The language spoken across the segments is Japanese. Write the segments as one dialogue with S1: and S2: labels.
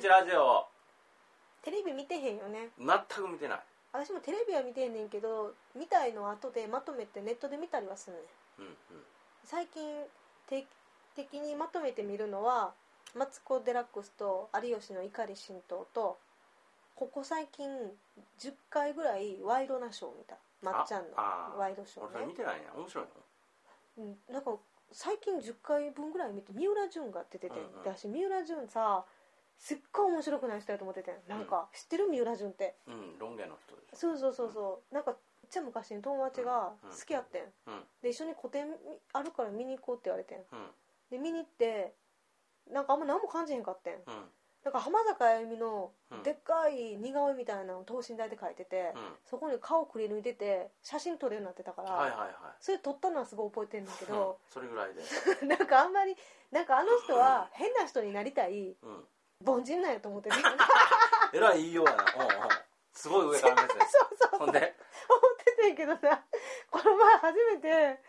S1: ちラジオ
S2: テレビ見てへんよね
S1: 全く見てない
S2: 私もテレビは見てんねんけど見たいの後でまとめてネットで見たりはするね
S1: う
S2: ん
S1: んうん
S2: 最近定期的にまとめて見るのは「マツコ・デラックス」と「有吉の怒り浸透」とここ最近10回ぐらいワイドナショー見たまっちゃんの
S1: ああー
S2: ワイドショ
S1: 俺そ
S2: ー
S1: れ見
S2: ね、
S1: てないね面白い
S2: うん、なんか最近10回分ぐらい見て三浦淳が出てて、
S1: うんうん
S2: で私三浦淳さすっごい面白くない人やと思っててんなんか、知ってる三浦淳って
S1: のうんロン毛の人でし
S2: そうそうそうそうなんかめっちゃ昔に友達が
S1: うんうん
S2: 好きやってん、
S1: ょうん
S2: で一緒に個展あるから見に行こうって言われてん
S1: うん
S2: で見に行ってなんかあんま何も感じへんかってん
S1: うん
S2: なんか浜坂あゆみの
S1: うん
S2: でっかい似顔絵みたいなのを等身大で描いてて、
S1: うん
S2: そこに顔くり抜いてて写真撮るようになってたから、
S1: はいはいはい
S2: それ撮ったのはすごい覚えてんだけ
S1: うん
S2: ど、
S1: それぐらいで
S2: なんかあんまりなんかあの人は変な人になりたい
S1: うん
S2: 凡人なんやと思っててそう
S1: えらい言いようやなうんうんすごい上から目線
S2: そう
S1: ほんで
S2: 思っててんけどなこの前初めて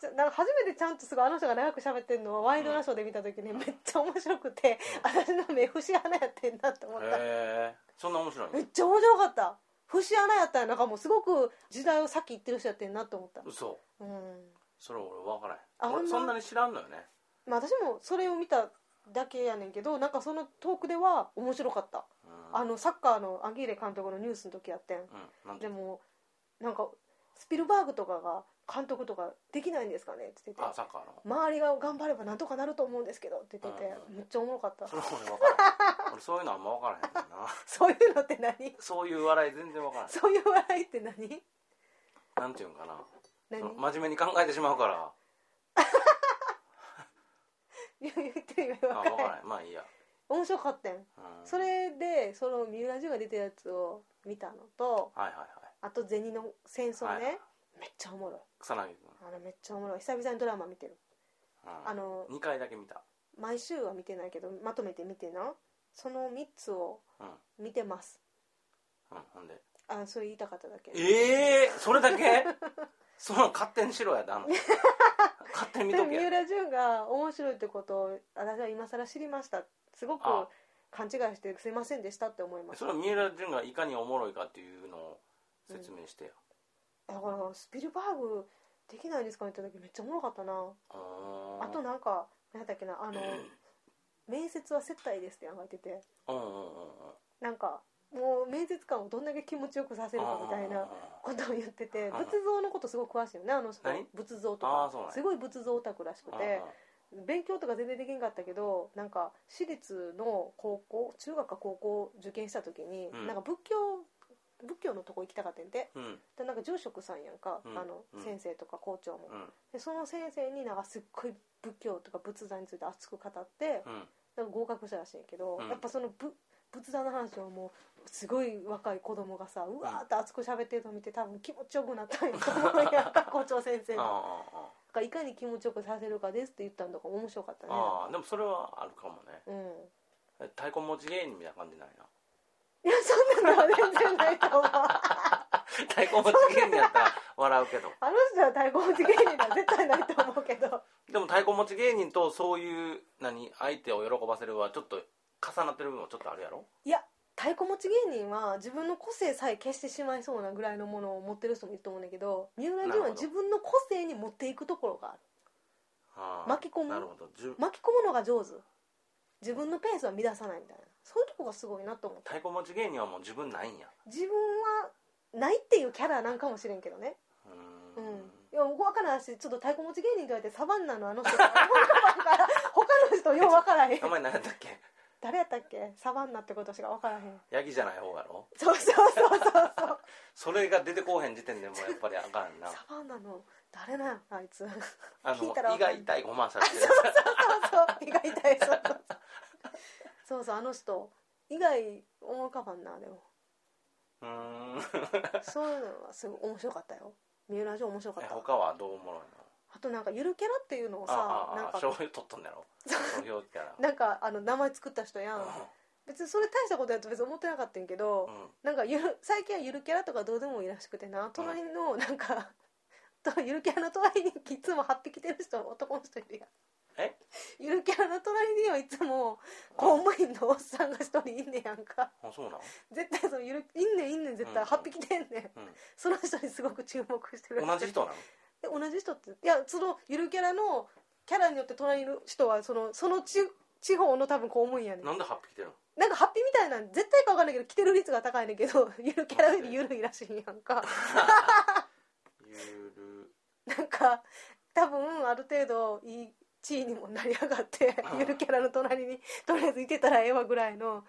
S2: ちゃなんか初めてちゃんとすごいあの人が長く喋ってるのをワイドナショーで見た時にめっちゃ面白くて、私の目節穴やってんなって思った
S1: へえそんな面白い
S2: めっ
S1: の
S2: ちゃ面白かった節穴やったんやなんかもうすごく時代をさっき言ってる人やってんなって思った
S1: 嘘
S2: うん
S1: それ俺分から
S2: あ
S1: へん
S2: ほん
S1: 俺
S2: ま
S1: そんなに知らんのよね
S2: まあ私もそれを見ただけやねんけどなんかそのトークでは面白かった
S1: うん
S2: あのサッカーのアギーレ監督のニュースの時やってん
S1: うんなん
S2: で
S1: て
S2: もなんかスピルバーグとかが監督とかできないんですかねって言って
S1: あ
S2: て
S1: サッカーの
S2: 周りが頑張ればなんとかなると思うんですけどって言ってて
S1: うん
S2: めっちゃおもろかった
S1: それ俺分からへん俺そういうのあんま分からへんねんな
S2: そういうのって何
S1: そういう笑い全然分からない
S2: そういう笑いって何
S1: なんていうんかなその
S2: 何
S1: 真面目に考えてしまうから
S2: 言ってる意味
S1: あ
S2: わか
S1: 分
S2: ら
S1: か
S2: ない
S1: らへんまあいいや、
S2: 面白かったん
S1: うん、
S2: それでその三浦淳が出てるやつを見たのと
S1: はいはいはい
S2: あと「銭の戦争ね」
S1: はい
S2: めっちゃおもろい
S1: 草薙君、
S2: あれめっちゃおもろい久々にドラマ見てる
S1: うん、
S2: あの
S1: 2回だけ見た
S2: 毎週は見てないけどまとめて見てなその3つを
S1: うんうん
S2: 見てます
S1: ほんで
S2: あそれ言いたかっただけ
S1: ええー、それだけ その勝手にしろやであ の勝手に見
S2: で
S1: と
S2: も
S1: け
S2: 三
S1: や
S2: 浦淳が面白いってことを私は今更知りましたすごく
S1: あ
S2: 勘違いしてすいませんでしたって思います
S1: それは三浦淳がいかにおもろいかっていうのを説明してよ、
S2: だからスピルバーグできないですかねって言った時めっちゃおもろかったな
S1: うん、
S2: あとなんか何だっけなあの面接は接待ですって考えてて
S1: うんうんうんうん
S2: なんかもう面接官をどんだけ気持ちよくさせるかみたいなことを言ってて
S1: うん
S2: 仏像のことすごい詳しいよねあの人
S1: 何
S2: 仏像と
S1: あー
S2: か
S1: そうなんや
S2: すごい仏像オタクらしく
S1: うんうん
S2: て勉強とか全然できんかったけどなんか私立の高校中学か高校受験した時に、
S1: うん
S2: なんか仏教仏教のとこ行きたかったんで
S1: うんうん
S2: でなんか住職さんやんか、
S1: うん
S2: あの
S1: うん
S2: 先生とか校長も、
S1: うん
S2: でその先生になんかすっごい仏教とか仏座について熱く語って、
S1: うん
S2: なんか合格したらしいんやけど、
S1: うん
S2: やっぱそのぶ仏壇の話をもうすごい若い子供がさうわーって熱く喋ってるのを見て多分気持ちよくなったんやと思うや んか校長先生が
S1: あーあーあ
S2: だからいかに気持ちよくさせるかですって言ったのとか面白かった
S1: ー
S2: ね
S1: あーでもそれはあるかもね
S2: うん
S1: 太鼓持ち芸人みたいな感じなん や
S2: いやそんなのは全然ないと思う
S1: 太鼓持ち芸人やったら笑うけど
S2: あの人は太鼓持ち芸人は絶対ないと思うけど
S1: でも太鼓持ち芸人とそういう何相手を喜ばせるはちょっと重なってる部分はちょっとあるやろ
S2: いや太鼓持ち芸人は自分の個性さえ消してしまいそうなぐらいのものを持ってる人もいると思うんだけど三浦淳は自分の個性に持っていくところがある
S1: あー
S2: 巻き込む
S1: なるほどじゅ
S2: 巻き込むのが上手自分のペースは乱さないみたいなそういうとこがすごいなと思った
S1: 太鼓持ち芸人はもう自分ないんや
S2: 自分はないっていうキャラなんかもしれんけどね
S1: う
S2: う
S1: ー
S2: ん
S1: ん
S2: いや分からんしちょっと太鼓持ち芸人と言われてサバンナのあの人が思い浮かばんから他の人よう分からへん
S1: 名前何やったっけ
S2: 誰やったっけサバンナってことしか分からへん
S1: ヤギじゃない方やろ
S2: そうそうそうそうそう
S1: それが出てこうへん時点でもうやっぱりあかん な
S2: サバンナの誰なんやろあいつそう
S1: あ
S2: 聞い
S1: の
S2: たらわ
S1: 胃
S2: か
S1: が
S2: る
S1: 痛いごまんさ れてる
S2: そう意外痛いそうそうそうそうあの人以外思い浮かばんなでも
S1: うーん
S2: そういうのはすごい面白かったよ三浦城面白かっ
S1: え
S2: た
S1: 他はどうおもろいの
S2: あとなんかゆるキャラっていうのを
S1: あ
S2: さ
S1: ああ
S2: な
S1: あ
S2: ん
S1: 醤
S2: か
S1: 油取っとんだ やろ商標キャラ
S2: なんかあの名前作った人やん
S1: う
S2: 別にそれ大したことやと別に思ってなかったんやけど、
S1: んうん
S2: なんかゆる最近はゆるキャラとかどうでもいいらしくてな隣のなん か、とゆるキャラの隣にいつも張ってきてる人男の人いるやん
S1: え
S2: ゆるキャラの隣にはいつも公務員のおっさんが一人いんねやんか
S1: あそうなの、
S2: 絶対そのゆるいんねんいんねん絶対
S1: うん
S2: 8匹出んねん、その人にすごく注目してる
S1: うん、同じ人なの
S2: え同じ人っていやそのゆるキャラのキャラによって隣の人はそのそのち地方の多分公務員やねん
S1: なんで8匹出るの
S2: なんかハッピーみたいなん絶対か分かんないけど着てる率が高いねんけ どゆるキャラよりゆるいらしいんやんか
S1: ゆる
S2: なんか多分ある程度いい地位にも成り上がって
S1: うん
S2: ゆるキャラの隣にとりあえずいてたらええわぐらいの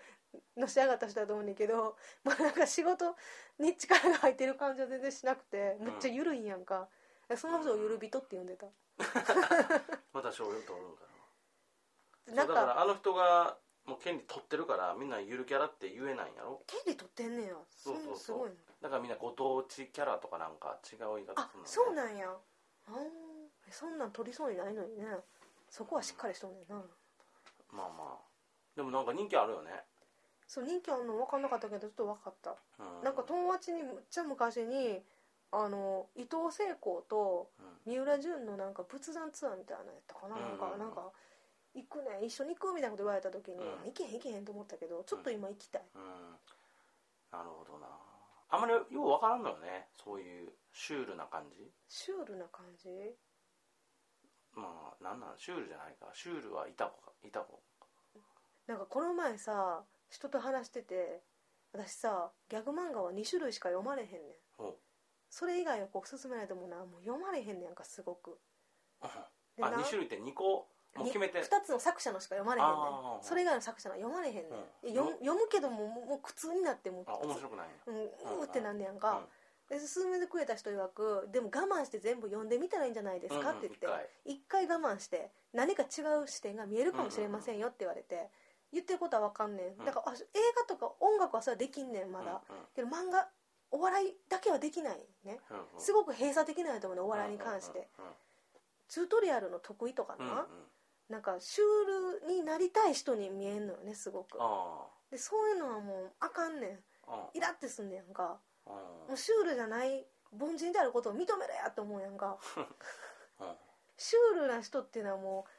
S2: のし上がった人だと思うねんだけどもうなんか仕事に力が入ってる感じは全然しなくてめっちゃゆるいんやんか、その人をゆる人って呼んでた
S1: またしょうゆと思うから
S2: な
S1: そ
S2: ん
S1: うだか
S2: から
S1: あの人がもう権利取ってるからみんなゆるキャラって言えないんやろ
S2: 権利取ってんねや
S1: そうそうそう
S2: すごいな
S1: だからみんなご当地キャラとかなんか違う言い方
S2: あ
S1: するのね
S2: そうなんやあーそんなん取りそうにないのにねそこはしっかりしとんねんな
S1: まあまあでもなんか人気あるよね、
S2: そう人気あんの分かんなかったけどちょっと分かった、
S1: うん、
S2: なんか友達にむっちゃ昔にあの伊藤聖子と
S1: うん
S2: 三浦淳のなんか仏壇ツアーみたいなのやったかな、
S1: うん
S2: なんかなんか行くねん一緒に行くみたいなこと言われた時に、
S1: うん
S2: 行けへん行けへんと思ったけどちょっと今行きたい、
S1: うん、なるほどなあんまりようわからんのよねそういうシュールな感じ
S2: シュールな感じ
S1: まあなんなんシュールじゃないかシュールはいた子かいた子
S2: なんかこの前さ人と話してて私さギャグ漫画は2種類しか読まれへんねん
S1: ほ
S2: それ以外はこう進めないともうなもう読まれへんねやんかすごく
S1: う
S2: で
S1: あ
S2: な
S1: 2種類って2個もう決めて
S2: に二つの作者のしか読まれへんね
S1: あ
S2: ん
S1: ー
S2: それ以外の作者の読まれへんねん、
S1: うん
S2: いや読む読むけどももうもう苦痛になってもう
S1: あ面白くないね
S2: うん、う
S1: うん
S2: ーってなんねやんか、で進めてくれた人曰くでも我慢して全部読んでみたらいいんじゃないですかって言って、
S1: うんうん一回
S2: 一回我慢して何か違う視点が見えるかもしれませんよって言われて、言ってることは分かんねん
S1: うん
S2: だからあ映画とか音楽はそれはできんねんまだ、
S1: うん
S2: けど漫画お笑いだけはできないね
S1: うんうんうん
S2: すごく閉鎖的なんやと思うねお笑いに関して、チュートリアルの得意とか
S1: う
S2: な、
S1: んうんうんうん
S2: なんかシュールになりたい人に見えんのよねすごく
S1: あ
S2: でそういうのはもうあかんねん
S1: あ
S2: イラってすんねやんか
S1: うん
S2: もうシュールじゃない凡人であることを認めろやと思うやんか
S1: うん
S2: シュールな人っていうのはもう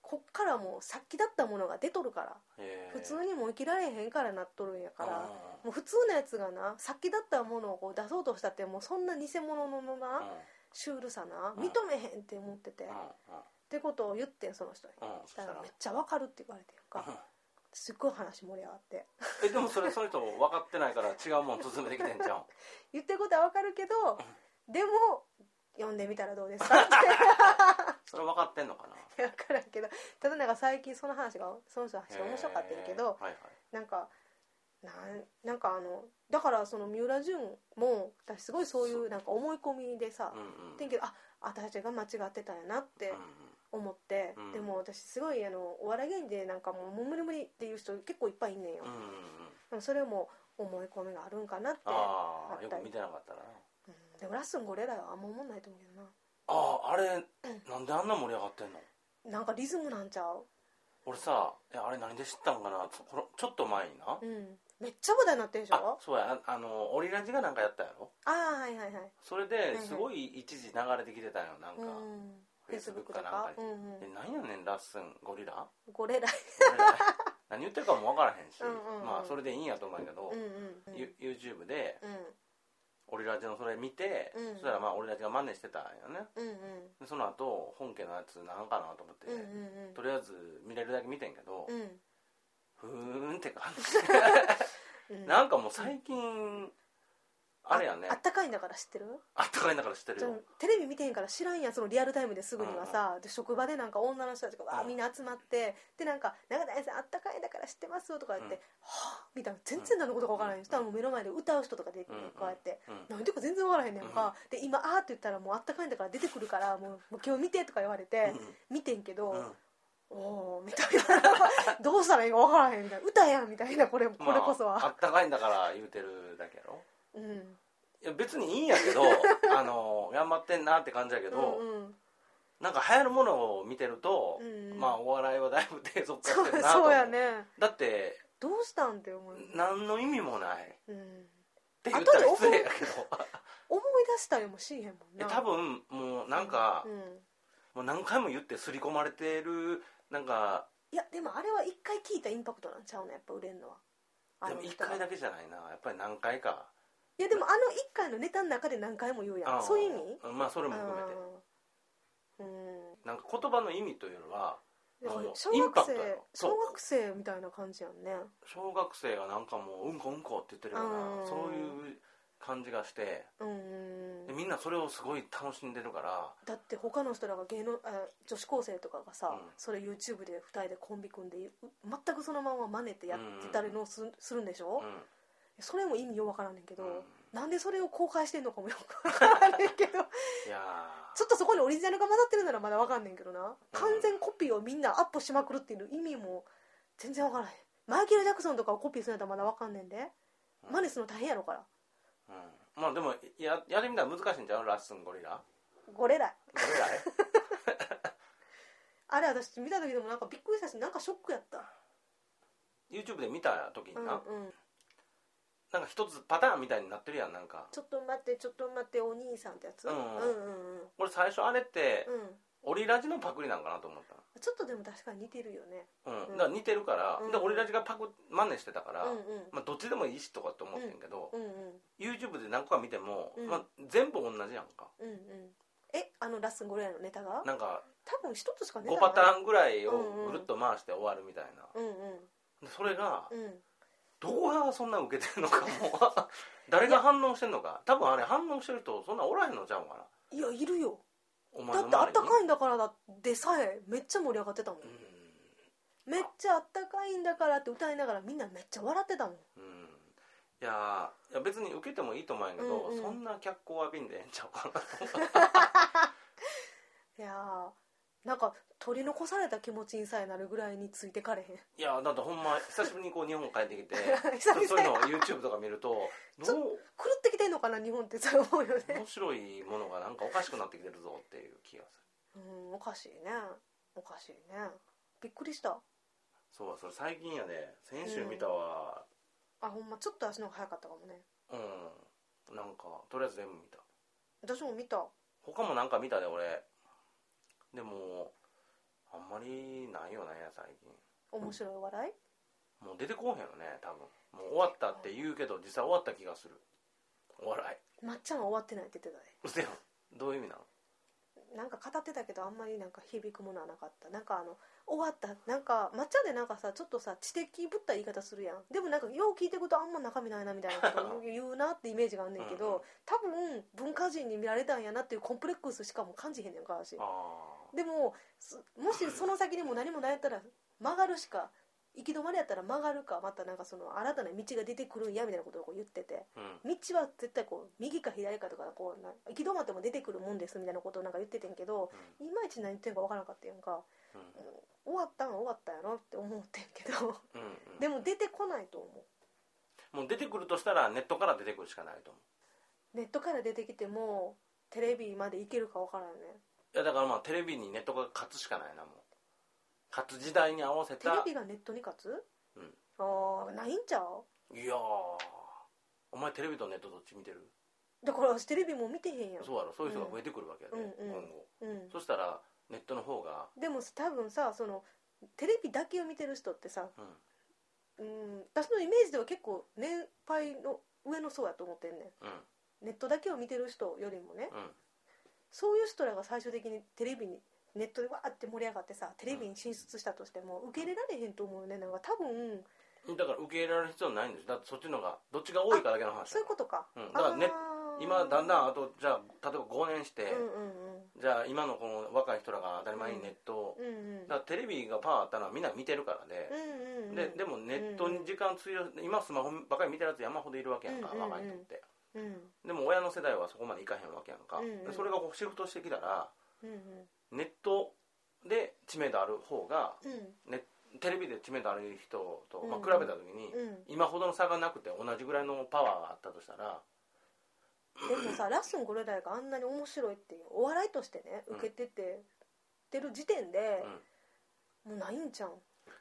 S2: こっからもう先だったものが出とるから
S1: へー
S2: 普通にもう生きられへんからなっとるんやからもう普通のやつがな先だったものをこう出そうとしたってもうそんな偽物の
S1: うん
S2: な
S1: うん
S2: シュールさな
S1: うん
S2: 認めへんって思っててっ
S1: う
S2: てことを言ってんその人に
S1: んうんうんそし
S2: だ
S1: た
S2: から
S1: ら
S2: めっちゃわかるって言われてんか
S1: うん
S2: すっごい話盛り上がって
S1: えでもそれその人分かってないから違うもん進めてきてんじゃ ん
S2: 言ってることはわかるけどでも読んでみたらどう ですかっ
S1: それ分かってんのかな
S2: てわからんけどただなんか最近その話がその人の話が面白かったんやけど
S1: へーはいはい
S2: なんかなんなんかあのだからその三浦淳も私すごいそういうなんか思い込みでさ
S1: う、んうん
S2: てんけどあ私たちが間違ってたんやなって思って、
S1: うん
S2: でも私すごいあのお笑い芸人でなんかもう無理無理っていう人結構いっぱいいんねんよ、
S1: うんうんうんうんうん
S2: でもそれも思い込みがあるんかなって
S1: ああ
S2: あっ
S1: よ
S2: たり
S1: く見てなかったな
S2: うんでもラッスンゴレラはあんま思んないと思うけど
S1: あああれなんであんな盛り上がってんの
S2: ななんかリズムなんちゃう
S1: 俺さえあれ何で知ったんかなこのちょっと前にな
S2: うんめっちゃ話題になってるでし
S1: あ
S2: ょ
S1: そうやああのオリラジがなんかやったやろ
S2: ああーはいはいはい
S1: それ
S2: い
S1: で
S2: はい
S1: すごい一時流れてきてたよなんか、
S2: うんフェイスブッ
S1: Facebook
S2: ク
S1: か
S2: と
S1: なんか
S2: かう
S1: に
S2: ん
S1: えなんやねんラッスンゴリラ
S2: うんゴレラ
S1: ゴリ ラ何言ってるかも分からへんし、
S2: うんうんうん
S1: まあそれでいいんやと思うんやけど
S2: うん、うんうん
S1: ユ YouTube で
S2: うん
S1: 俺ラジのそれ見て、
S2: うん
S1: そしたらまあ俺ラジが真似してたんよね
S2: うんうん
S1: でその後本家のやつなんかなと思って、
S2: うんうんうん
S1: とりあえず見れるだけ見てんけど、
S2: うん
S1: ふーんって感じ
S2: うん
S1: なんかもう最近あれやね
S2: ああったかいんだから知ってる
S1: あったかいんだから知ってる
S2: じゃあ
S1: よ
S2: テレビ見てへんから知らんやんそのリアルタイムですぐにはさ、で職場でなんか女の人たちがわあ
S1: うん
S2: みんな集まってでなんか「中谷さんあったかいんだから知ってますよ」とか言って「
S1: うん
S2: はあ」みたいな全然何のことか分からない、
S1: うん
S2: そしたらもう目の前で歌う人とか出てくる、
S1: うん
S2: こうやって。
S1: うん
S2: 何言ってるか全然分からへんねんか、で今「あ」って言ったら「もうあったかいんだから出てくるからもうもう今日見て」とか言われて、見てんけど、
S1: うんうん
S2: おおみたいな どうしたらいいか分からへんみたいな歌やんみたいなこれこれこそは、
S1: まあ、あったかいんだから言うてるだけやろ
S2: うん
S1: いや別にいいんやけ どあの頑張ってんなって感じやけど、
S2: うんうん
S1: なんか流行るものを見てると、
S2: うんうん
S1: まあお笑いはだいぶ低俗化
S2: そ
S1: し
S2: う
S1: てるなと思
S2: そううやね
S1: だって
S2: どうしたんって思う、
S1: 何の意味もないっ
S2: うん、
S1: て言ったら失礼やけど
S2: 思い出したりもしへんもん
S1: え
S2: な
S1: 多分もうなんか
S2: うん
S1: もう何回も言って刷り込まれてるなんか
S2: いやでもあれは一回聞いたインパクトなんちゃうのやっぱ売れんのはあ
S1: で
S2: の
S1: も1
S2: 人が
S1: 回だけじゃないなやっぱり何回か
S2: いやでもあの一回のネタの中で何回も言うや
S1: あ
S2: ん
S1: ー
S2: そういう意味
S1: うんまあそれも含めて
S2: あーうん
S1: なんか言葉の意味というよりは
S2: でも
S1: あの
S2: 小
S1: インパク
S2: 学生
S1: トやろそう
S2: 小学生みたいな感じやんね
S1: 小学生がなんかもううんこうんこって言ってるよう
S2: うん
S1: なそういう感じがして
S2: うん
S1: でみんなそれをすごい楽しんでるから
S2: だって他の人らが芸能あ女子高生とかがさ、
S1: うん
S2: それ YouTube で2人でコンビ組んでう全くそのまま真似てやってたりのをす,、するんでしょ、
S1: う
S2: それも意味よくわからんねんけど、
S1: ん、うん、
S2: なんでそれを公開してんのかもよくわからんねん けど
S1: いや
S2: ちょっとそこにオリジナルが混ざってるならまだわかんねんけどな完全コピーをみんなアップしまくるっていう意味も全然わからへんマイケル・ジャクソンとかをコピーするんやったらまだわかんねんで
S1: うん
S2: 真似するの大変やろから
S1: ー、うん、まあでもややってみたら難しいんちゃうラッスンゴリラ
S2: ゴレライ
S1: ゴリラ
S2: あれ私見た時でもなんかびっくりしたしなんかショックやった
S1: YouTube で見た時に
S2: うんう
S1: な、
S2: ん
S1: なんか一つパターンみたいになってるやんなんか
S2: ちょっと待ってちょっと待ってお兄さんってやつ、
S1: うん
S2: うんうんうん
S1: 俺最初あれって、
S2: うん
S1: オリラジのパクリなんかなと思った
S2: ちょっとでも確かに似てるよね
S1: の、うん
S2: うん
S1: だから似てるから、
S2: うん
S1: でオリラジがパク真似してたか
S2: う
S1: ら、
S2: んうん
S1: まあ、どっちでもいいしとかって思ってんけど、
S2: うんうん
S1: YouTube で何個か見ても、
S2: うん
S1: まあ、全部同じやんか
S2: うんうんえあのラッスンゴレライのネタが
S1: なんか
S2: 多分一つしかネタ
S1: 5
S2: が
S1: パ
S2: な
S1: タ
S2: い
S1: ーンぐらいを
S2: うんうん
S1: ぐるっと回して終わるみたいな、
S2: うん
S1: でそれが
S2: うんうん
S1: どこがそんな受けてるのかも う誰が反応してんのか多分あれ反応してる人そんなおらへんのちゃうかない
S2: やいるよ
S1: お前
S2: だ
S1: の
S2: ってあった
S1: 周り
S2: かいんだからだでさえめっちゃ盛り上がってたもん、
S1: に
S2: めっちゃあったかいんだからって歌いながらみんなめっちゃ笑ってたもん
S1: うん、うん、いやーいや別に受けてもいいと思うんやけど、
S2: うんうん
S1: そんな脚光浴びんでええんちゃうかな
S2: いやーなんか取り残された気持ちにさえなるぐらいについて かれへん
S1: いやーだってほんま久しぶりにこう日本帰ってき て
S2: 久
S1: そそ
S2: 々や
S1: ういうのを YouTube とか見ると
S2: ち
S1: ど
S2: ょ
S1: う
S2: 狂ってきてんのかな日本ってそう思うよね
S1: 面白いものがなんかおかしくなってきてるぞっていう気がする
S2: うんおかしいねおかしいねびっくりした
S1: そうだそれ最近やね先週見たわ
S2: あほんまちょっと足の方が早かったかもね
S1: うん、なんかとりあえず全部見た
S2: 私も見た
S1: 他もなんか見たで俺でもあんまりないよね最近
S2: 面白い笑い
S1: もう出てこうへんよね多分もう終わったって言うけど実際終わった気がするお笑
S2: まっちゃんは終わってないって言ってたね
S1: いうせやんどういう意味なの
S2: なんか語ってたけどあんまりなんか響くものはなかったなんかあの終わったなんか抹茶でなんかさちょっとさ知的ぶった言い方するやんでもなんかよう聞いてくとあんま中身ないなみたいなこと を言うなってイメージがあんねんけ
S1: うんうん
S2: ど多分文化人に見られたんやなっていうコンプレックスしかもう感じへんねんか私
S1: あ
S2: でもすもしその先にも何もないやったら曲がるしか行き止まりやったら曲がるかまたなんかその新たな道が出てくるんやみたいなことをこう言ってて
S1: あうん
S2: 道は絶対こう右か左かとかこうな行き止まっても出てくるもんですみたいなことをなんか言っててんけどいまいち何言ってんか分からなかったやんか
S1: う
S2: 終わったんは終わったんやろって思ってんけ
S1: ん
S2: ど
S1: うんうん
S2: でも出てこないと思
S1: もう出てくるとしたらネットから出てくるしかないと思
S2: うネットから出てきてもテレビまで行けるか分からんよね
S1: ういやだからまあテレビにネットが勝つしかないなもう勝つ時代に合わせ
S2: テレ
S1: た
S2: ビがネットに勝つ、
S1: うん
S2: ああないんちゃう
S1: いやーお前テレビとネットどっち見てる
S2: だから私テレビも見てへんやん
S1: そうやろそういう人が増えてくるわけやで、
S2: うんうん
S1: 今後
S2: うん
S1: そしたらネットの方が
S2: でも多分さそのテレビだけを見てる人ってさ、
S1: うん
S2: うん、私のイメージでは結構年配の上の層やと思ってんね
S1: うん
S2: んネットだけを見てる人よりもね
S1: うん
S2: そういう人らが最終的にテレビにネットでわーって盛り上がってさテレビに進出したとしても受け入れられへんと思うよねなんか多分
S1: だから受け入れられる必要ないんですだってそっちのがどっちが多いかだけの話だ
S2: そういうことか、
S1: うんだからね今だんだんあとじゃあ例えば5年して
S2: うん、うん
S1: じゃあ今のこの若い人らが当たり前にネットを、
S2: うんうんうん
S1: だからテレビがパワーあったのはみんな見てるからで、
S2: うんうん
S1: ででもネットに時間費やす今スマホばかり見てるやつ山ほどいるわけやんか、
S2: うんうんうん
S1: 若い人って
S2: うん
S1: でも親の世代はそこまでいかへんわけやんか、
S2: うんうん
S1: それがこうシフトしてきたら
S2: うんうん
S1: ネットで知名度ある方が
S2: うん
S1: テレビで知名度ある人と、まあ、
S2: うん
S1: 比べた時に、
S2: うん
S1: 今ほどの差がなくて同じぐらいのパワーがあったとしたら
S2: でもさラッスンゴレライがあんなに面白いっていうお笑いとしてね
S1: うん
S2: 受けてて、出る時点で
S1: う、
S2: もうないんじゃん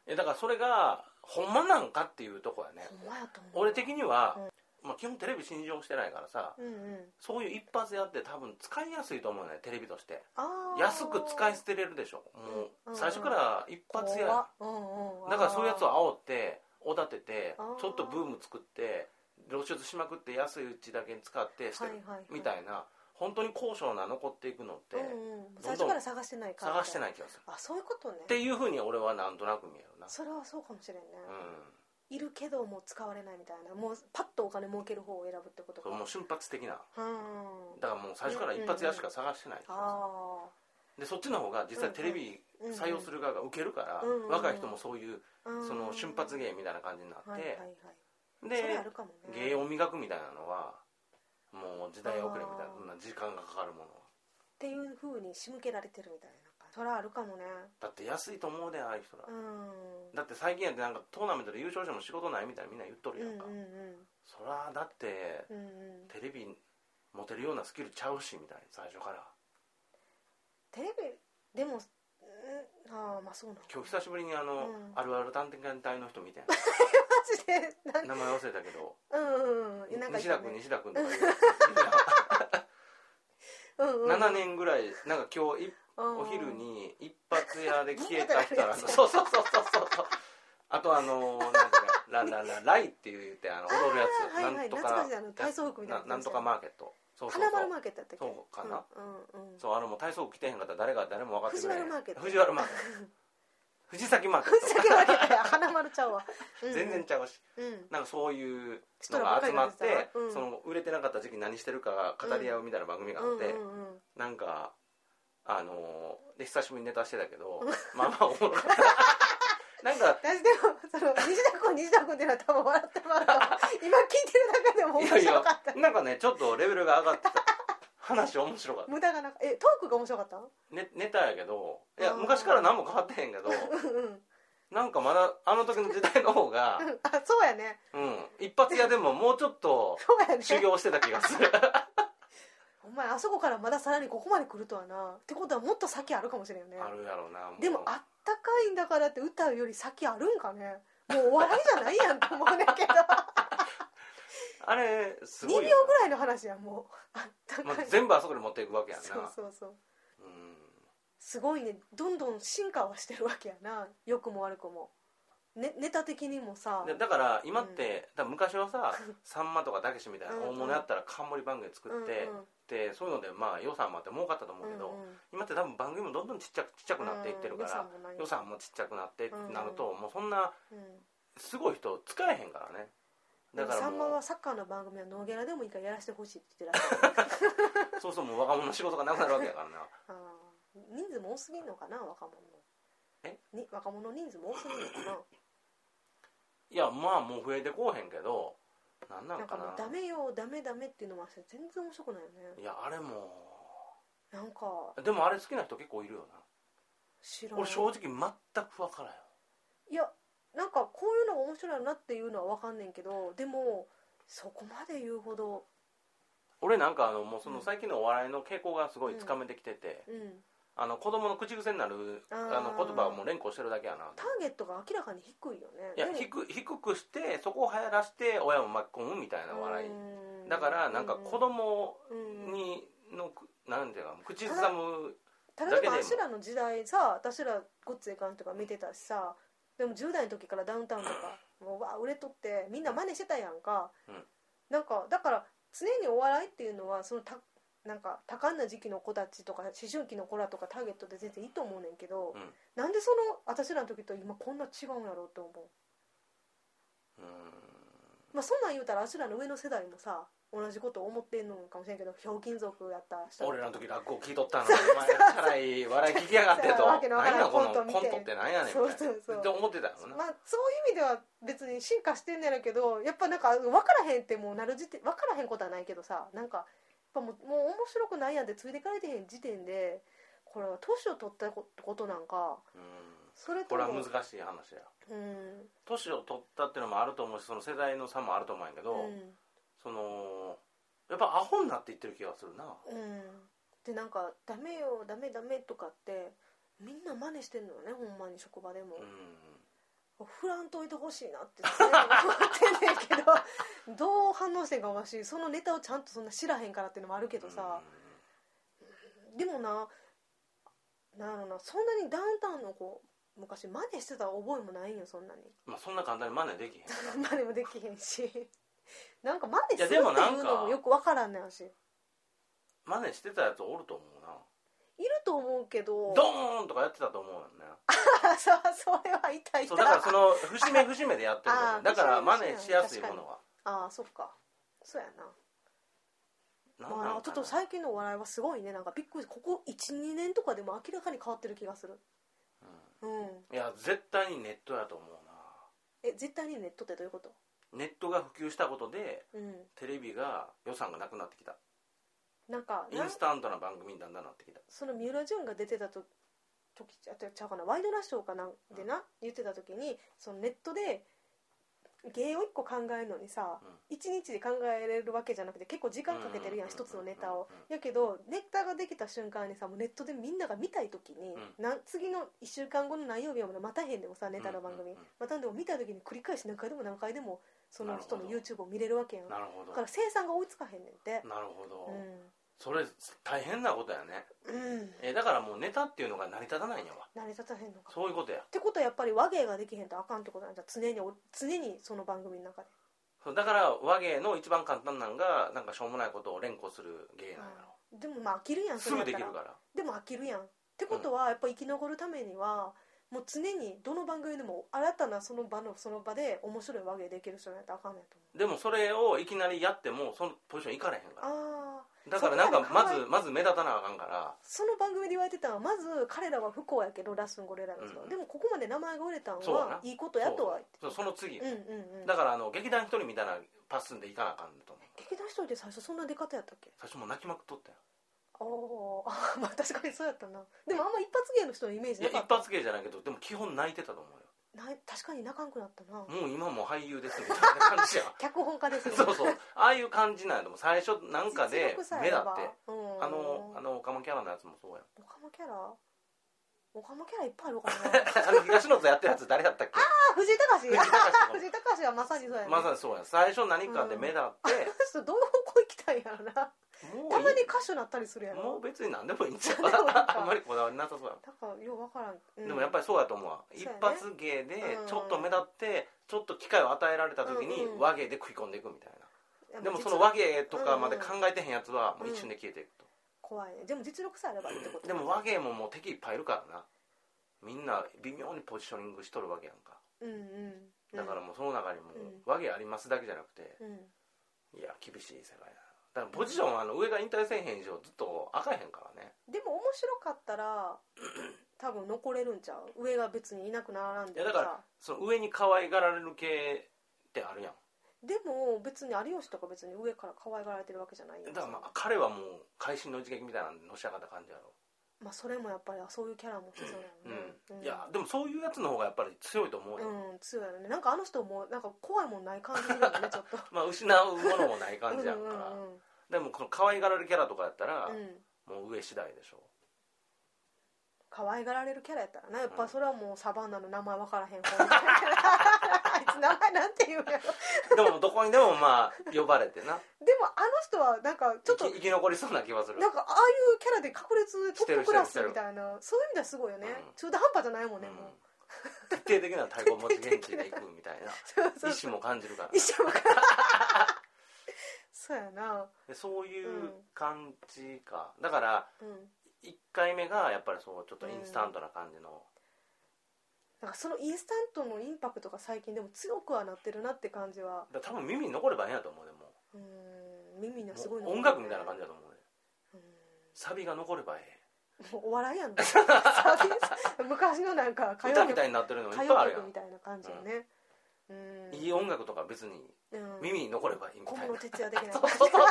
S1: えだからそれがほんまなんかっていうとこやね
S2: ほんまやと思う
S1: 俺的には、まあ、基本テレビ信用してないからさ
S2: うんうん
S1: そういう一発やって多分使いやすいと思うねテレビとして
S2: あー
S1: 安く使い捨てれるでしょも
S2: うんうん
S1: う最初から一発や
S2: 怖っうんうん
S1: だからそういうやつを
S2: あ
S1: 煽っておだてて
S2: あー
S1: ちょっとブーム作って露出しまくって安いうちだけに使って
S2: ー
S1: してる
S2: はいはいはい
S1: みたいな本当に高尚な残っていくのって
S2: うんうん、最初から探してないから
S1: 探して
S2: い
S1: ない気がする
S2: あそういうことね
S1: っていうふうに俺はなんとなく見えるな
S2: それはそうかもしれんね、
S1: うん
S2: いるけどもう使われないみたいなもうパッとお金儲ける方を選ぶってこと
S1: それ
S2: か
S1: もう瞬発的な
S2: うん
S1: だからもう最初から一発屋しか探してない気がするで
S2: あ
S1: そっちの方が実際テレビ
S2: ーうんうん
S1: 採用する側が受けるから、
S2: うんうん
S1: 若い人もそういう
S2: うん
S1: その瞬発芸みたいな感じにな
S2: は
S1: っ
S2: いはい
S1: て
S2: は、いそれ
S1: で
S2: あるかもね
S1: 芸を磨くみたいなのはもう時代遅れみたいな
S2: あー
S1: そんな時間がかかるもの
S2: っていう風に仕向けられてるみたいなそれはあるかもね
S1: だって安いと思うでああいう人ら、
S2: うん
S1: だって最近やってなんかトーナメントで優勝しても仕事ないみたいなみんな言っとる
S2: う
S1: や
S2: んうん
S1: んか、
S2: うん
S1: そらだって
S2: うんうん
S1: テレビ持てるようなスキルちゃうしみたいな最初から
S2: テレビでもうんああまあそうなんだ
S1: 今日久しぶりにあの、
S2: うん
S1: あるある探偵隊の人みたい
S2: マジで
S1: な
S2: なん
S1: 名前忘れたけど
S2: うんうんうんなんかい
S1: 西
S2: た
S1: 田
S2: ね
S1: 君西田君とかいう
S2: うんうん
S1: 7年ぐらいなんか今日い
S2: うん
S1: お昼に一発屋で消え
S2: 銀
S1: た
S2: 座で
S1: 人
S2: やる
S1: ら
S2: や
S1: の
S2: つ
S1: そうそうそうそうそうあとあのー、なんかラララライっていう言ってあの踊るやつ
S2: あーはいはい
S1: なんと
S2: 懐
S1: か
S2: かしいあの体操服みたいなやつ
S1: んとかマーケットそうそうそう
S2: 花丸マーケットやったっけ
S1: そうかな
S2: うんうんうん
S1: そうあれもう体操服着てへんかったら誰が誰も分かってくれへん
S2: 藤原マーケット
S1: 藤原マーケット藤崎マーケッ
S2: ふざけマーケットや花丸ちゃうわう
S1: ト
S2: んうん
S1: 全然ちゃうし
S2: うん
S1: なんかそういう
S2: 人
S1: の
S2: らば
S1: が集
S2: っかり
S1: ま
S2: な
S1: っ
S2: んです
S1: て
S2: ようん
S1: その売れてなかった時期何してるかが語り合うみたいな番組があって、
S2: うんうんうん
S1: なんかあのーで久しぶりにネタしてたけどまあまあおもろかった なんか
S2: 私でもその西田君西田君っていうのは多分笑って もらうと思う今聞いてる中でも
S1: い
S2: 面
S1: やいや
S2: 白かった
S1: なんかねちょっとレベルが上がってた話面白かっ
S2: 無駄がなかえトークが面白かったの
S1: た、ね、ネタやけどいや
S2: あー
S1: 昔から何も変わってへんけど
S2: うんうん
S1: なんかまだあの時の時代の方が
S2: うんあそうやね
S1: うん一発屋でももうちょっと
S2: そうやね
S1: 修行してた気がする
S2: お前あそこからまださらにここまで来るとはなってことはもっと先あるかもしれんよね
S1: あるやろうなもう
S2: でもあったかいんだからって歌うより先あるんかねもうお笑いじゃないやんと思うねんけど
S1: あれす
S2: 2
S1: ご
S2: 秒
S1: い
S2: ぐ
S1: よ
S2: らいの話やんもうあった
S1: な、ま
S2: か
S1: あ
S2: い、
S1: 全部あそこで持っていくわけやんな
S2: そうそうそう
S1: うん
S2: すごいねどんどん進化はしてるわけやな良くも悪くも、ね、ネタ的にもさ
S1: でだから今って、だから昔は ささんまとかたけしみたいな
S2: うんうん
S1: 大物やったら冠番組作
S2: うん
S1: っ
S2: うん
S1: て、でそういうのでまあ予算もあって儲かったと思うけど、
S2: うんうん
S1: 今って多分番組もどんどんちっちゃくちっちゃくなっていってるから、
S2: うん予算もない
S1: 予算もちっちゃくなってってなると、もうそんな
S2: うん
S1: すごい人使えへんからね
S2: だ
S1: だ
S2: か
S1: からら
S2: さんま
S1: もう
S2: はサッカーの番組はノーギャラでもいいからやらせてほしいって言ってら っしゃる
S1: そうそうもう若者の仕事がなくなるわけや からな
S2: あー人数も多すぎんのかな若者
S1: え
S2: に若者人数も多すぎんのか
S1: いやまあもう増えてこうへんけどなんな
S2: なんなんか
S1: か
S2: も
S1: な
S2: うダメよダメダメっていうのもあって全然面白くないよね
S1: いやあれも
S2: なんか
S1: でもあれ好きな人結構いるよ
S2: 知
S1: な
S2: ら
S1: ん俺正直全く分からんよ
S2: いやなんかこういうのが面白いなっていうのは分かんねんけどでもそこまで言うほど
S1: 俺なんかあのもうそうの
S2: ん
S1: 最近のお笑いの傾向がすごいつかめてきてて、
S2: うん
S1: あの子供の口癖になる
S2: あ
S1: あ
S2: ー
S1: の言葉をもう連呼してるだけやな
S2: ターゲットが明らかに低いよね
S1: いや
S2: でも
S1: 低低くしてそこを流行らして親も巻き込むみたいな笑い
S2: うん
S1: だからなんか子供
S2: うん
S1: にのくなんていうか口ずさむ
S2: ただ
S1: だけ
S2: で
S1: で
S2: も
S1: も
S2: 私らの時代さ私らごっついかんとか見てたしさでも10代の時からダウンタウンとかもうわあ売れとってみんな真似してたやんか、
S1: うん
S2: なんかだから常にお笑いっていうのはそのたなんか多感な時期の子たちとか思春期の子らとかターゲットで全然いいと思うねんけど、
S1: うん
S2: なんでその私らの時と今こんな違うんやろうと思う、
S1: うん
S2: まあ、そんなん言うたら私らの上の世代もさ同じこと思ってんのかもしれんけどひょうきん族やった人
S1: 俺らの時落語聞いとったのにお前チャラい笑い聞きやがって
S2: そうわけ
S1: と
S2: のわからん
S1: 何やこの
S2: コント見て
S1: コントって何やねんみたい
S2: そうそうそう
S1: なって思ってたよな
S2: まあ、そういう意味では別に進化してんねやろけどやっぱなんか分からへんってもうなる時点分からへんことはないけどさなんかやっぱもうもう面白くないやんってついてかれてへん時点でこれは年を取ったことなんか
S1: うん
S2: それと
S1: これは
S2: も
S1: 難しい話や
S2: うん
S1: 年を取ったってのもあると思うしその世代の差もあると思うんやけど、
S2: うん
S1: そのやっぱアホになっていってる気がするな
S2: うんでなんか「ダメよダメダメ」とかってみんな真似してんのよねほんまに職場でも
S1: うん、
S2: 振らんといてほしいなって常に思ってんねんけどどう反応してんかわしそのネタをちゃんとそんな知らへんからっていうのもあるけどさ、でもななんやろなそんなにダウンタウンの子昔真似してた覚えもないんよそんなに
S1: まあ、そんな簡単に真似できへんから
S2: 真似もできへんし なんか真似するって
S1: いやでもなんか
S2: いうのもよくわからんねんしい
S1: 真似してたやつおると思うな
S2: ると思うけど
S1: ドーンとかやってたと思うよね
S2: あ そうそれはいたいた
S1: そうだからその節目節目でやってると
S2: あ
S1: 思
S2: ー
S1: うだから
S2: 節
S1: 真
S2: 目節目
S1: 似しやすいものは
S2: ああそっかそうやな
S1: なん
S2: まあ、
S1: な
S2: なん
S1: ん
S2: かちょ
S1: かな
S2: っと最近のお笑いはすごいねなんかびっくりここ12年とかでも明らかに変わってる気がするうん
S1: いや絶対にネットやと思うな
S2: え絶対にネットってどういうこと
S1: ネットが普及したことで
S2: うん
S1: テレビが予算がなくなってきた
S2: なんか
S1: イ
S2: なん
S1: ンスタントな番組にだんだんなってきた
S2: その三浦淳が出てたと時あとちゃうかなワイドナショーかなんでな、言ってた時にそのネットで芸を一個考えるのにさ、一日で考えれるわけじゃなくて結構時間かけてるやん
S1: うん
S2: 一つのネタを
S1: うんうんうん
S2: やけどネタができた瞬間にさもうネットでみんなが見たい時に、なん次の1週間後の何曜日はまだ待たへんでもさネタの番組、
S1: うんうんうん
S2: またんでも見た時に繰り返し何回でも何回でもその人の
S1: なる
S2: YouTube を見れるわけやんだ
S1: なるほど
S2: から生産が追いつかへんねんって
S1: なるほど、
S2: う
S1: それ大変なことやね
S2: ん、うん、
S1: えだからもうネタっていうのが成り立たないんやわ
S2: 成り立たへんのか
S1: そういうことや
S2: ってことはやっぱり和芸ができへんとあかんってことなんじゃ常にお常にその番組の中で
S1: そうだから和芸の一番簡単なんがなんかしょうもないことを連呼する芸なんやろ、
S2: でもまあ飽きるやん
S1: す
S2: れ
S1: ぐ
S2: やっ
S1: で
S2: た
S1: きるから
S2: でも飽きるやんってことはやっぱ生き残るためにはもう常にどの番組でも新たなその場のその場で面白い和芸できる人になったらあかんねんと
S1: でもそれをいきなりやってもそのポジションいかれへんから
S2: 思うああ
S1: だからなんか
S2: そこま
S1: ま
S2: で考え
S1: ずまず目立たなあかんから
S2: その番組で言われてたのはまず彼らは不幸やけどラッスンゴレラの人、
S1: うん
S2: でもここまで名前が売れたの
S1: そうだな
S2: はいいことやとは言って
S1: そうそうその次、
S2: うんうんうん
S1: だからあの劇団一人みたいなパスんでいかなあかんと思う
S2: 劇団一人で最初そんな出方やったっけ
S1: 最初もう泣きまくっとったよ
S2: ああ まあ確かにそうやったなでもあんま一発芸の人のイメージ
S1: い
S2: な
S1: や
S2: か
S1: 一
S2: った
S1: 発芸じゃないけどでも基本泣いてたと思う
S2: ない確かに仲良くなったな、
S1: よもう今もう俳優ですみたいな感じや
S2: 脚本家ですよ
S1: そうそうああいう感じなんやでも最初なんかで
S2: 実力さ
S1: 目
S2: え
S1: 立っ
S2: あれ
S1: て
S2: ばうん
S1: あのあのオカマキャラのやつもそうやん
S2: オカマキャラオカマキャラいっぱいあるから
S1: あ
S2: な
S1: の東野とやってるやつ誰やったっけ
S2: あ藤井隆
S1: 藤井隆とか
S2: 藤井隆はまさにそうやね
S1: まさにそうやん最初何かで目立っ
S2: あ の人どういう方向行きたいんやろなた
S1: て、もういい
S2: まに歌手なったりするや
S1: も
S2: ろ
S1: う別に何でもいいんちゃう
S2: 何でもいいか
S1: あんまりこだわりなさそうや
S2: だからよう分からん、うん
S1: ん、でもやっぱりそうやと思うわ
S2: そう
S1: 一
S2: やね
S1: 発芸で
S2: うん
S1: ちょっと目立ってちょっと機会を与えられた時に
S2: うんうん
S1: 和芸で食い込んでいくみたい
S2: いや
S1: なでも
S2: 実
S1: その和芸とかまで考えてへんやつは
S2: う
S1: も
S2: ん
S1: う一瞬で消えていくと
S2: 怖いねでも実力さえあればいいってこと
S1: でも和芸ももう敵いっぱいいるからなみんな微妙にポジショニングしとるわけやんか
S2: うんうん
S1: だからもうその中にもう
S2: うん
S1: 和芸ありますだけじゃなくて
S2: うん、うん
S1: いや厳しい世界やなだからポジションはあの上が引退せえへん以上ずっと開かへんからね
S2: でも面白かっ たら多分残れるんちゃう上が別にいなくならん
S1: い
S2: で
S1: や
S2: も
S1: だからその上に可愛がられる系ってあるやん
S2: でも別に有吉とか別に上から可愛がられてるわけじゃないよ
S1: だからまあ彼はもう会心の一撃みたいなんでのし上がった感じやろ、
S2: まあそれもやっぱりそういうキャラも必要だよね、
S1: うんいやでもそういうやつの方がやっぱり強いと思うよ、
S2: うん強いよねなんかあの人もなんか怖いもんない感じするよねちょっと
S1: まあ失うものもない感じやんか
S2: うんうん
S1: でもこの可愛がられるキャラとかやったら
S2: う、んうん
S1: もう上次第でしょ
S2: 可愛がられるキャラやったらなやっぱそれはもうサバンナの名前分からへん方 あいつ名前なんて言うやろ
S1: でもどこにでもまあ呼ばれてな
S2: でもあの人はなんかちょっと
S1: 生き生き残りそうな気はする
S2: なんかああいうキャラで確率でトップクラ
S1: し
S2: ス
S1: てる
S2: みたいなそういう意味ではすごいよね、
S1: うん
S2: 中途半端じゃないもんね、
S1: うん
S2: もう
S1: 徹底的な太鼓持ち現地で行くみたいな
S2: そうそう
S1: 意志も感じるから
S2: 一緒もからそうやな
S1: でそういううん感じか、だから
S2: うん
S1: 1回目がやっぱりそうちょっとインスタントな感じの、
S2: なんかそのインスタントのインパクトが最近でも強くはなってるなって感じは
S1: だから多分耳に残ればええんやと思うでも
S2: うーん耳にはすごい
S1: もう
S2: 残る
S1: 音楽みたいな感じだと思うね
S2: う
S1: サビが残ればえ
S2: んもうお笑い やんなサービス昔のなん
S1: え
S2: か歌謡
S1: 歌
S2: 曲
S1: みたいになってるのもい
S2: 歌
S1: っぱいあ
S2: 謡
S1: るや
S2: 曲み
S1: ん
S2: たいな感じよねうん
S1: いい音楽とか別に
S2: うん
S1: 耳に残ればいいみ
S2: 小
S1: たいな
S2: 室哲也的な
S1: そうそうそう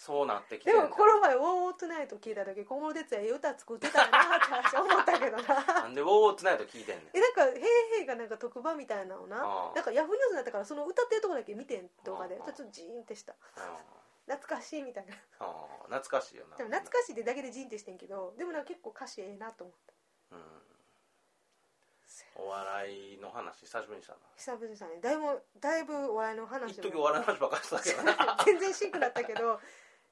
S1: そうなってきて
S2: で
S1: んだ
S2: もこの前「ウォー・トゥ・ナイト」聞いた時小室哲也ええ歌作ってたよなって話思っ たけどな
S1: なんで「ウォーツナイト」聞いてんねん
S2: えなんか「へいへい」がなんか特番みたいなの
S1: あ
S2: な
S1: あ
S2: なんかヤフーニュースになったからその歌ってるとこだけ見てん動画で
S1: あ
S2: ち
S1: あ
S2: ょっとジーンってした
S1: うん
S2: 懐かしいみたいな
S1: うん懐かしいよな
S2: でも懐かしいってだけでジーンってしてんけどでもなんか結構歌詞ええなと思った
S1: うんお笑いの話久しぶりにしたな
S2: 久々でしたねだいぶだいぶお笑いの話
S1: 一時お笑いの話ばっかりしたけど な
S2: 全然シンクだったけど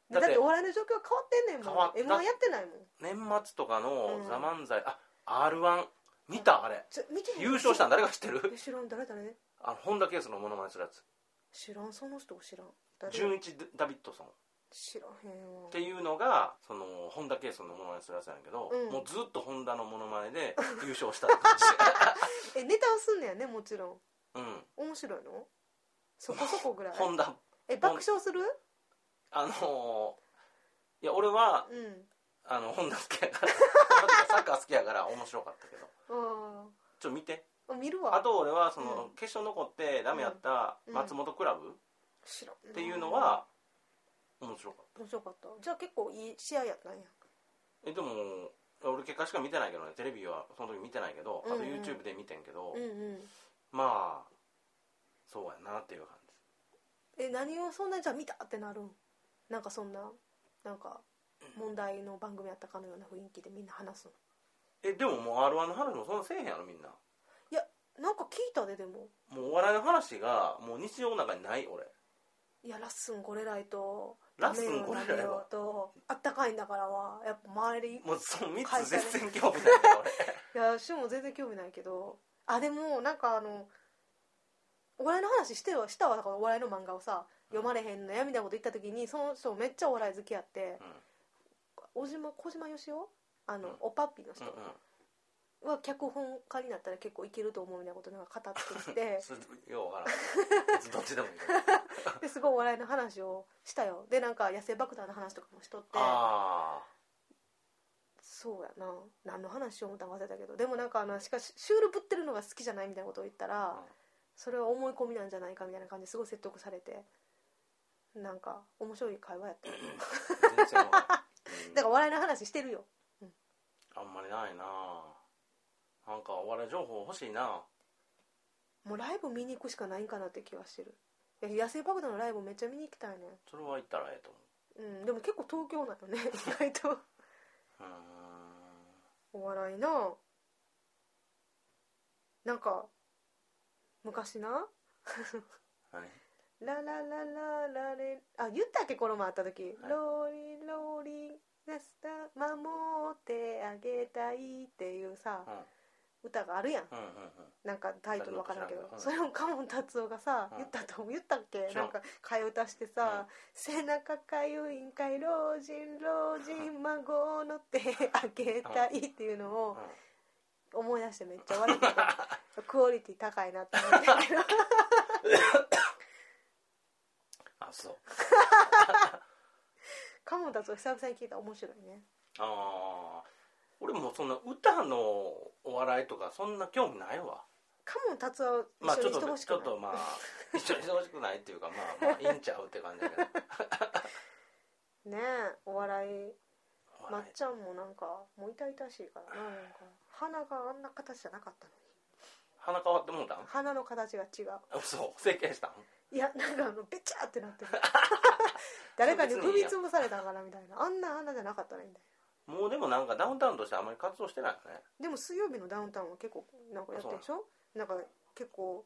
S1: だ
S2: だ
S1: っ
S2: っててお笑いの状況変わってんねんもん
S1: 変
S2: m
S1: わった
S2: 1やってないもん
S1: 年末とかの
S2: うん
S1: 「ザ漫才あ r 1見たあれ
S2: ちょ見てへん
S1: 優勝したの誰が知って
S2: え
S1: る
S2: 知らん誰誰
S1: あの本田圭佑のモノマネするやつ
S2: 知らんその人知らん誰
S1: 純一ダビッドソンっ
S2: 知らへんわ
S1: ていうのがその本田圭佑のモノマネするやつなんやけど、
S2: うん
S1: もうずっと本田のモノマネで 優勝したって感じ
S2: えネタをすんねやねもちろん
S1: うん
S2: 面白いのそこそこぐらい
S1: 本田
S2: え爆笑する
S1: あのーいや俺は
S2: うん
S1: あの本田好きやから サッカー好きやから面白かったけど
S2: あ
S1: ちょっと見て
S2: ーあ見るわ
S1: あと俺はその、
S2: うん
S1: 決勝残ってダメやった松本クラブ
S2: 知らんな
S1: っていうのは面白かっ
S2: 面白かったじゃあ結構いい試合やったんや
S1: たえでも俺結果しか見てないけどねテレビはその時見てないけどあと
S2: うんうん
S1: YouTube で見てんけど、
S2: うんうん
S1: まあそうやなっていう感じ
S2: え何をそんなじゃあ見たってなるんなんかそんななんか問題の番組やったかのような雰囲気でみんな話すの
S1: えでももう r 1の話もそんなせえへんやろみんな
S2: なんか聞いたででも
S1: もうお笑いの話がもう日常の中にない俺
S2: いやラッスンゴレライと
S1: ラッスンゴレライは
S2: ダメよダメよとあったかいんだからはやっぱ周り
S1: もうその3
S2: 会
S1: つ
S2: 社で
S1: 全然興味ないから俺
S2: いや私も全然興味ないけどあでもなんかあのお笑いの話してはしたわだからお笑いの漫画をさ読まれへんのやみたいなこと言った時にその人めっちゃお笑い好きやって小島小島よしおあの、
S1: うん
S2: おぱっぴの人
S1: うんうんうん
S2: は脚本家になったら結構いけると思うみたいなことなんか語ってきて
S1: それよう わからんどっちでもいいけど
S2: ですごいお笑いの話をしたよでなんか野生爆弾の話とかもしとって
S1: あ
S2: そうやな何の話を思ったか忘れたけどでもなんかあのしかしシュールぶってるのが好きじゃないみたいなことを言ったら、
S1: うん
S2: それは思い込みなんじゃないかみたいな感じですごい説得されてなんか面白い会話やったよ
S1: あ全然わからんうん
S2: だから笑いの話してるよ
S1: あんまりないなぁなんかお笑い情報欲しいな
S2: もうライブ見に行くしかないんかなって気はしてるいや野生爆弾のライブめっちゃ見に行きたいね
S1: それは行ったらええと思
S2: うんでも結構東京なの ね意外と
S1: ううーん
S2: お笑いななんか昔な
S1: 何
S2: ラララララレあ言ったっけこの前会った時、
S1: はい
S2: ローリンローリンラスタ守ってあげたいっていうさ、歌があるやん
S1: うんうんうん
S2: なんかタイトルわからんけど
S1: タイトル
S2: それをカモン達夫がさ
S1: うん
S2: 言ったと思う言ったっけ
S1: 知らん
S2: なんか替え歌してさ「背中かゆいんかい老人老人孫の手 あげたい」っていうの
S1: うん
S2: を
S1: うん
S2: 思い出してめっちゃ悪くてクオリティ高いなって思ったけど
S1: あそう
S2: カモン達夫久々に聞いたら面白いね
S1: ああ俺もそんな歌のお笑いとかそんな興味ないわ
S2: カモン達夫は
S1: まあ
S2: 一
S1: ちょ
S2: 緒
S1: っ
S2: に
S1: とち
S2: してほし
S1: ょ
S2: く
S1: っ
S2: な
S1: と
S2: い
S1: まあ一緒にしてほしくないっていうかまあまあいいんちゃうって感じだけど
S2: ねえお笑い
S1: お
S2: ま
S1: 笑
S2: っちゃんもなんかもう痛々しいからななんか鼻があんな形じゃなかったのに
S1: い鼻変わってもうたん
S2: 鼻の形が違う
S1: そう整形したん
S2: いやなんかあのベチャーってなってる誰かに踏み潰されたんかなみたいなあんなあんなじゃなかったねみたい
S1: もうでもなんかダウンタウンとしてあんまり活動してないよね
S2: なでも水曜日のダウンタウンは結構なんかやってるでしょなんか結構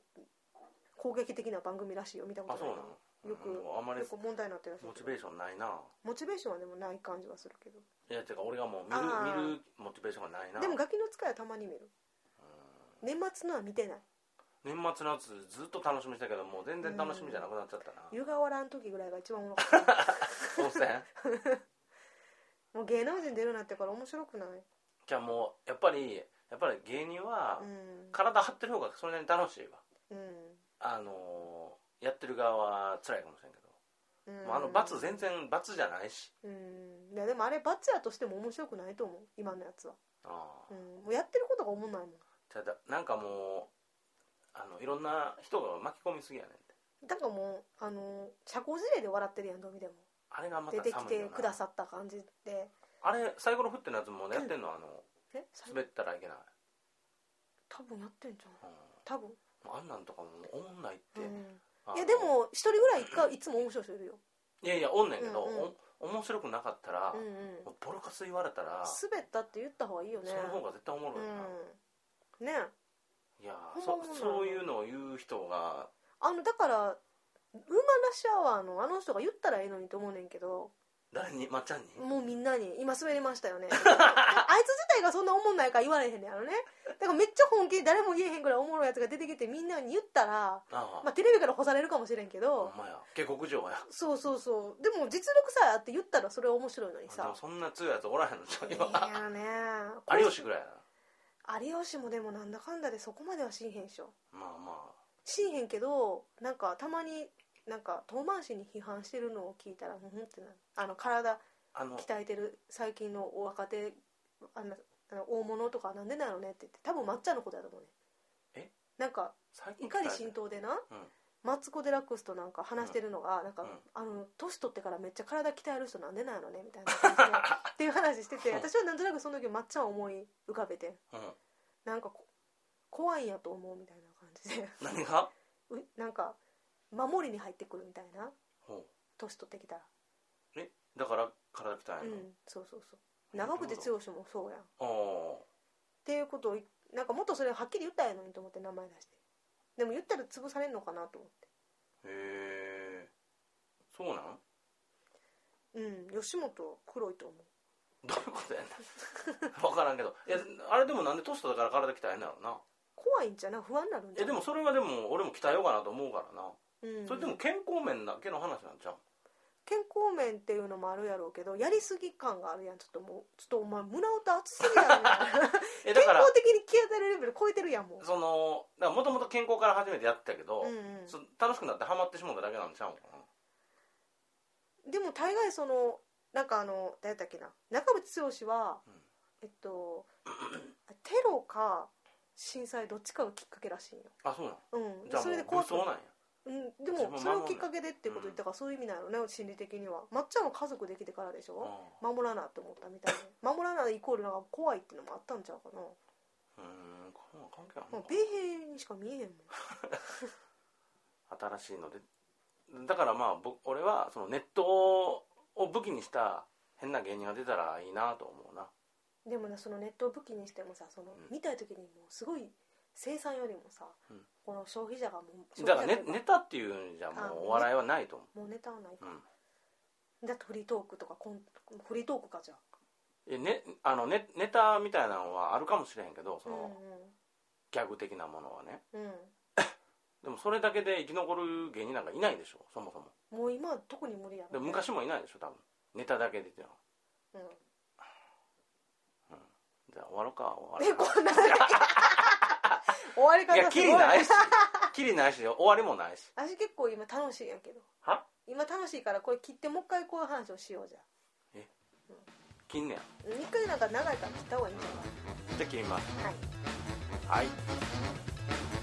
S2: 攻撃的な番組らしいよ見たこ
S1: あ
S2: と
S1: そう
S2: ない
S1: な
S2: か
S1: の
S2: よく
S1: うんあんま
S2: ら
S1: り
S2: 結構問題になってるらしい
S1: モチベーションないな
S2: モチベーションはでもない感じはするけど
S1: いやてか俺がもう見る
S2: あー
S1: 見るモチベーションがないな
S2: でもガキの使いはたまに見る年末のは見てない
S1: 年末のやつずっと楽しみにしたけどもう全然楽しみじゃなくなっちゃったな
S2: 湯河原の時ぐらいが一番おもろかった
S1: 温泉
S2: もう芸能人出るなってから面白くない
S1: じゃあもうやっぱりやっぱり芸人は
S2: うん
S1: 体張ってる方がそれなりに楽しいわ
S2: うん
S1: あのーやってる側は辛いかもしれんけど
S2: うん
S1: もうあの罰全然罰じゃないし
S2: うんいやでもあれ罰やとしても面白くないと思う今のやつは、
S1: あ
S2: う
S1: ー
S2: ん、もうやってることが思んないもん
S1: じゃあだなんかもうあのいろんな人が巻き込みすぎやねんって
S2: だからもうあの社交辞令で笑ってるやんどう見ても
S1: あれがまた
S2: 出
S1: 寒い
S2: て
S1: よな
S2: きてくださった感じで
S1: あれサイコロ振ってのやつもねやってんのあの
S2: えさ
S1: 滑ったらいけない、
S2: 多分やってんじゃん
S1: うん
S2: 多分、
S1: もうあんなんとかももうおもんないって、
S2: うん、
S1: あの
S2: いやでも一人ぐらいかいつも面白い人いるよ、
S1: いやいやおんねんけど、
S2: うんうん
S1: お面白くなかったら、
S2: うんうん、
S1: もうボロカス言われたら、
S2: 滑ったって言った方がいいよね
S1: その方が絶対おもろいな、
S2: うんね
S1: いや
S2: ほんま
S1: そ
S2: もんなの
S1: そういうのを言う人が
S2: あのだからウーマンラッシュアワーのあの人が言ったらええのにと思うねんけど
S1: 誰にまっちゃんに
S2: もうみんなに「今滑りましたよ ね」あいつ自体がそんなおもんないから言われへんねんあのねだからめっちゃ本気で誰も言えへんぐらいおもろいやつが出てきてみんなに言ったら、
S1: ああ、
S2: まあ、テレビから干されるかもしれんけど
S1: ほんまや下克上や
S2: そうそうそうでも実力さえあって言ったらそれは面白いのに
S1: で
S2: さ
S1: もそんな強いやつおらへんのちゃう
S2: い
S1: 今
S2: やね
S1: 有吉ぐらいや
S2: 有吉もでもなんだかんだでそこまではしんへんでしょ
S1: なまあま
S2: しんへんけどなんかたまになんか遠回しに批判してるのを聞いたらうんってなるあの体
S1: ああの
S2: 鍛えてる最近のお若手あんなあの大物とかなんでなのねって言って多分抹茶のことやと思うね
S1: え
S2: なんか
S1: 最近
S2: 怒り
S1: 鍛え
S2: 浸透でな、
S1: うん
S2: マツコ・デラックスとなんか話してるのが、なんか、
S1: うん
S2: あの年取ってからめっちゃ体鍛える人なんでないのね みたいな感じでっていう話してて私はなんとなくその時抹茶を思い浮かべて
S1: たうん
S2: なんかこ怖いんやと思うみたいな感じで
S1: 何が
S2: うなんか守りに入ってくるみたいな
S1: ほ
S2: 年取ってきたら
S1: うえだから体鍛
S2: う
S1: え
S2: ん
S1: るの、
S2: そうそうそう長渕剛もそうやん
S1: あ
S2: っていうことをいなんかもっとそれはっきり言ったらええのにと思って名前出してでも言ったら潰されるのかなと思っ
S1: あへえそうなん
S2: てうん吉本黒いと思う
S1: どういうことやねん分からんけどいやあれでもなんで年取ったから体鍛えんだろうな
S2: 怖いんじゃな不安になるんじ
S1: え
S2: ゃ
S1: で
S2: ない
S1: もそれはでも俺も鍛えようかなと思うからな、
S2: うん、
S1: それでも健康面だけの話なんじゃん
S2: 健康面っていうのもあるやろうけどやりすぎ感があるやんちょっともうちょっとお前胸音熱すぎ やろみたいな
S1: えだ
S2: 健
S1: から
S2: 康的に消えてるレベル超えてるやんもう
S1: そのだからもともと健康から初めてやってたけど、
S2: うんうん
S1: そ楽しくなってハマってしまっただけなんちゃうんか
S2: でも大概そのなんかあの誰だっけな中渕剛は、
S1: うん
S2: えっと テロか震災どっちかがきっかけらしいんよ、
S1: なあそうなん
S2: うん、
S1: じゃあ
S2: そ
S1: も
S2: れ
S1: う
S2: で怖
S1: 武
S2: く
S1: 装なんや
S2: うん、で
S1: 自分
S2: も
S1: を
S2: それを
S1: 守る
S2: きっかけでってこと言ったからそういう意味なのね、心理的にはまっちゃんは家族できてからでしょ、守らなって思ったみたい な守らないイコールなんか怖いっていうのもあったんちゃうかな、
S1: うんうんこんなん関係あんの
S2: まあ
S1: か、
S2: 米兵にしか見えへんもん
S1: 新しいのでだからまあ僕俺はそのネットを武器にした変な芸人が出たらいいなと思うな
S2: でもなそのネットを武器にしてもさその、
S1: うん
S2: 見たい時にもうすごい生産よりもさ、
S1: うん
S2: この消費者がもう
S1: だから
S2: 消
S1: ネ
S2: 費者とい
S1: ネ
S2: う
S1: タっていうんじゃもうお笑いはないと思
S2: もうネタはないか
S1: う、、
S2: だってフリートークとかコンフリートークかじゃあ
S1: うんえね、あのねネタみたいなのはあるかもしれへんけどそ
S2: うん
S1: のギャグ的なものはね
S2: うん、
S1: でもそれだけで生き残る芸人なんかいないでしょそもそも
S2: うん、もう今は特に無理やろ
S1: でも昔もいないでしょ多分ネタだけでっていうのは
S2: うん
S1: じゃあ終わろうか終
S2: え
S1: わろう
S2: こんな 終わり
S1: かい
S2: 方
S1: や
S2: す
S1: キ
S2: ごい
S1: リないしキリないし終わりもないし
S2: 私結構今楽しいんやけど
S1: は
S2: 今楽しいからこれ切ってもう一回こういう話をしようじゃ
S1: 切んねや
S2: うん一回なんか長いから切った方がいいんじゃない
S1: じゃあ切ります
S2: はい
S1: はい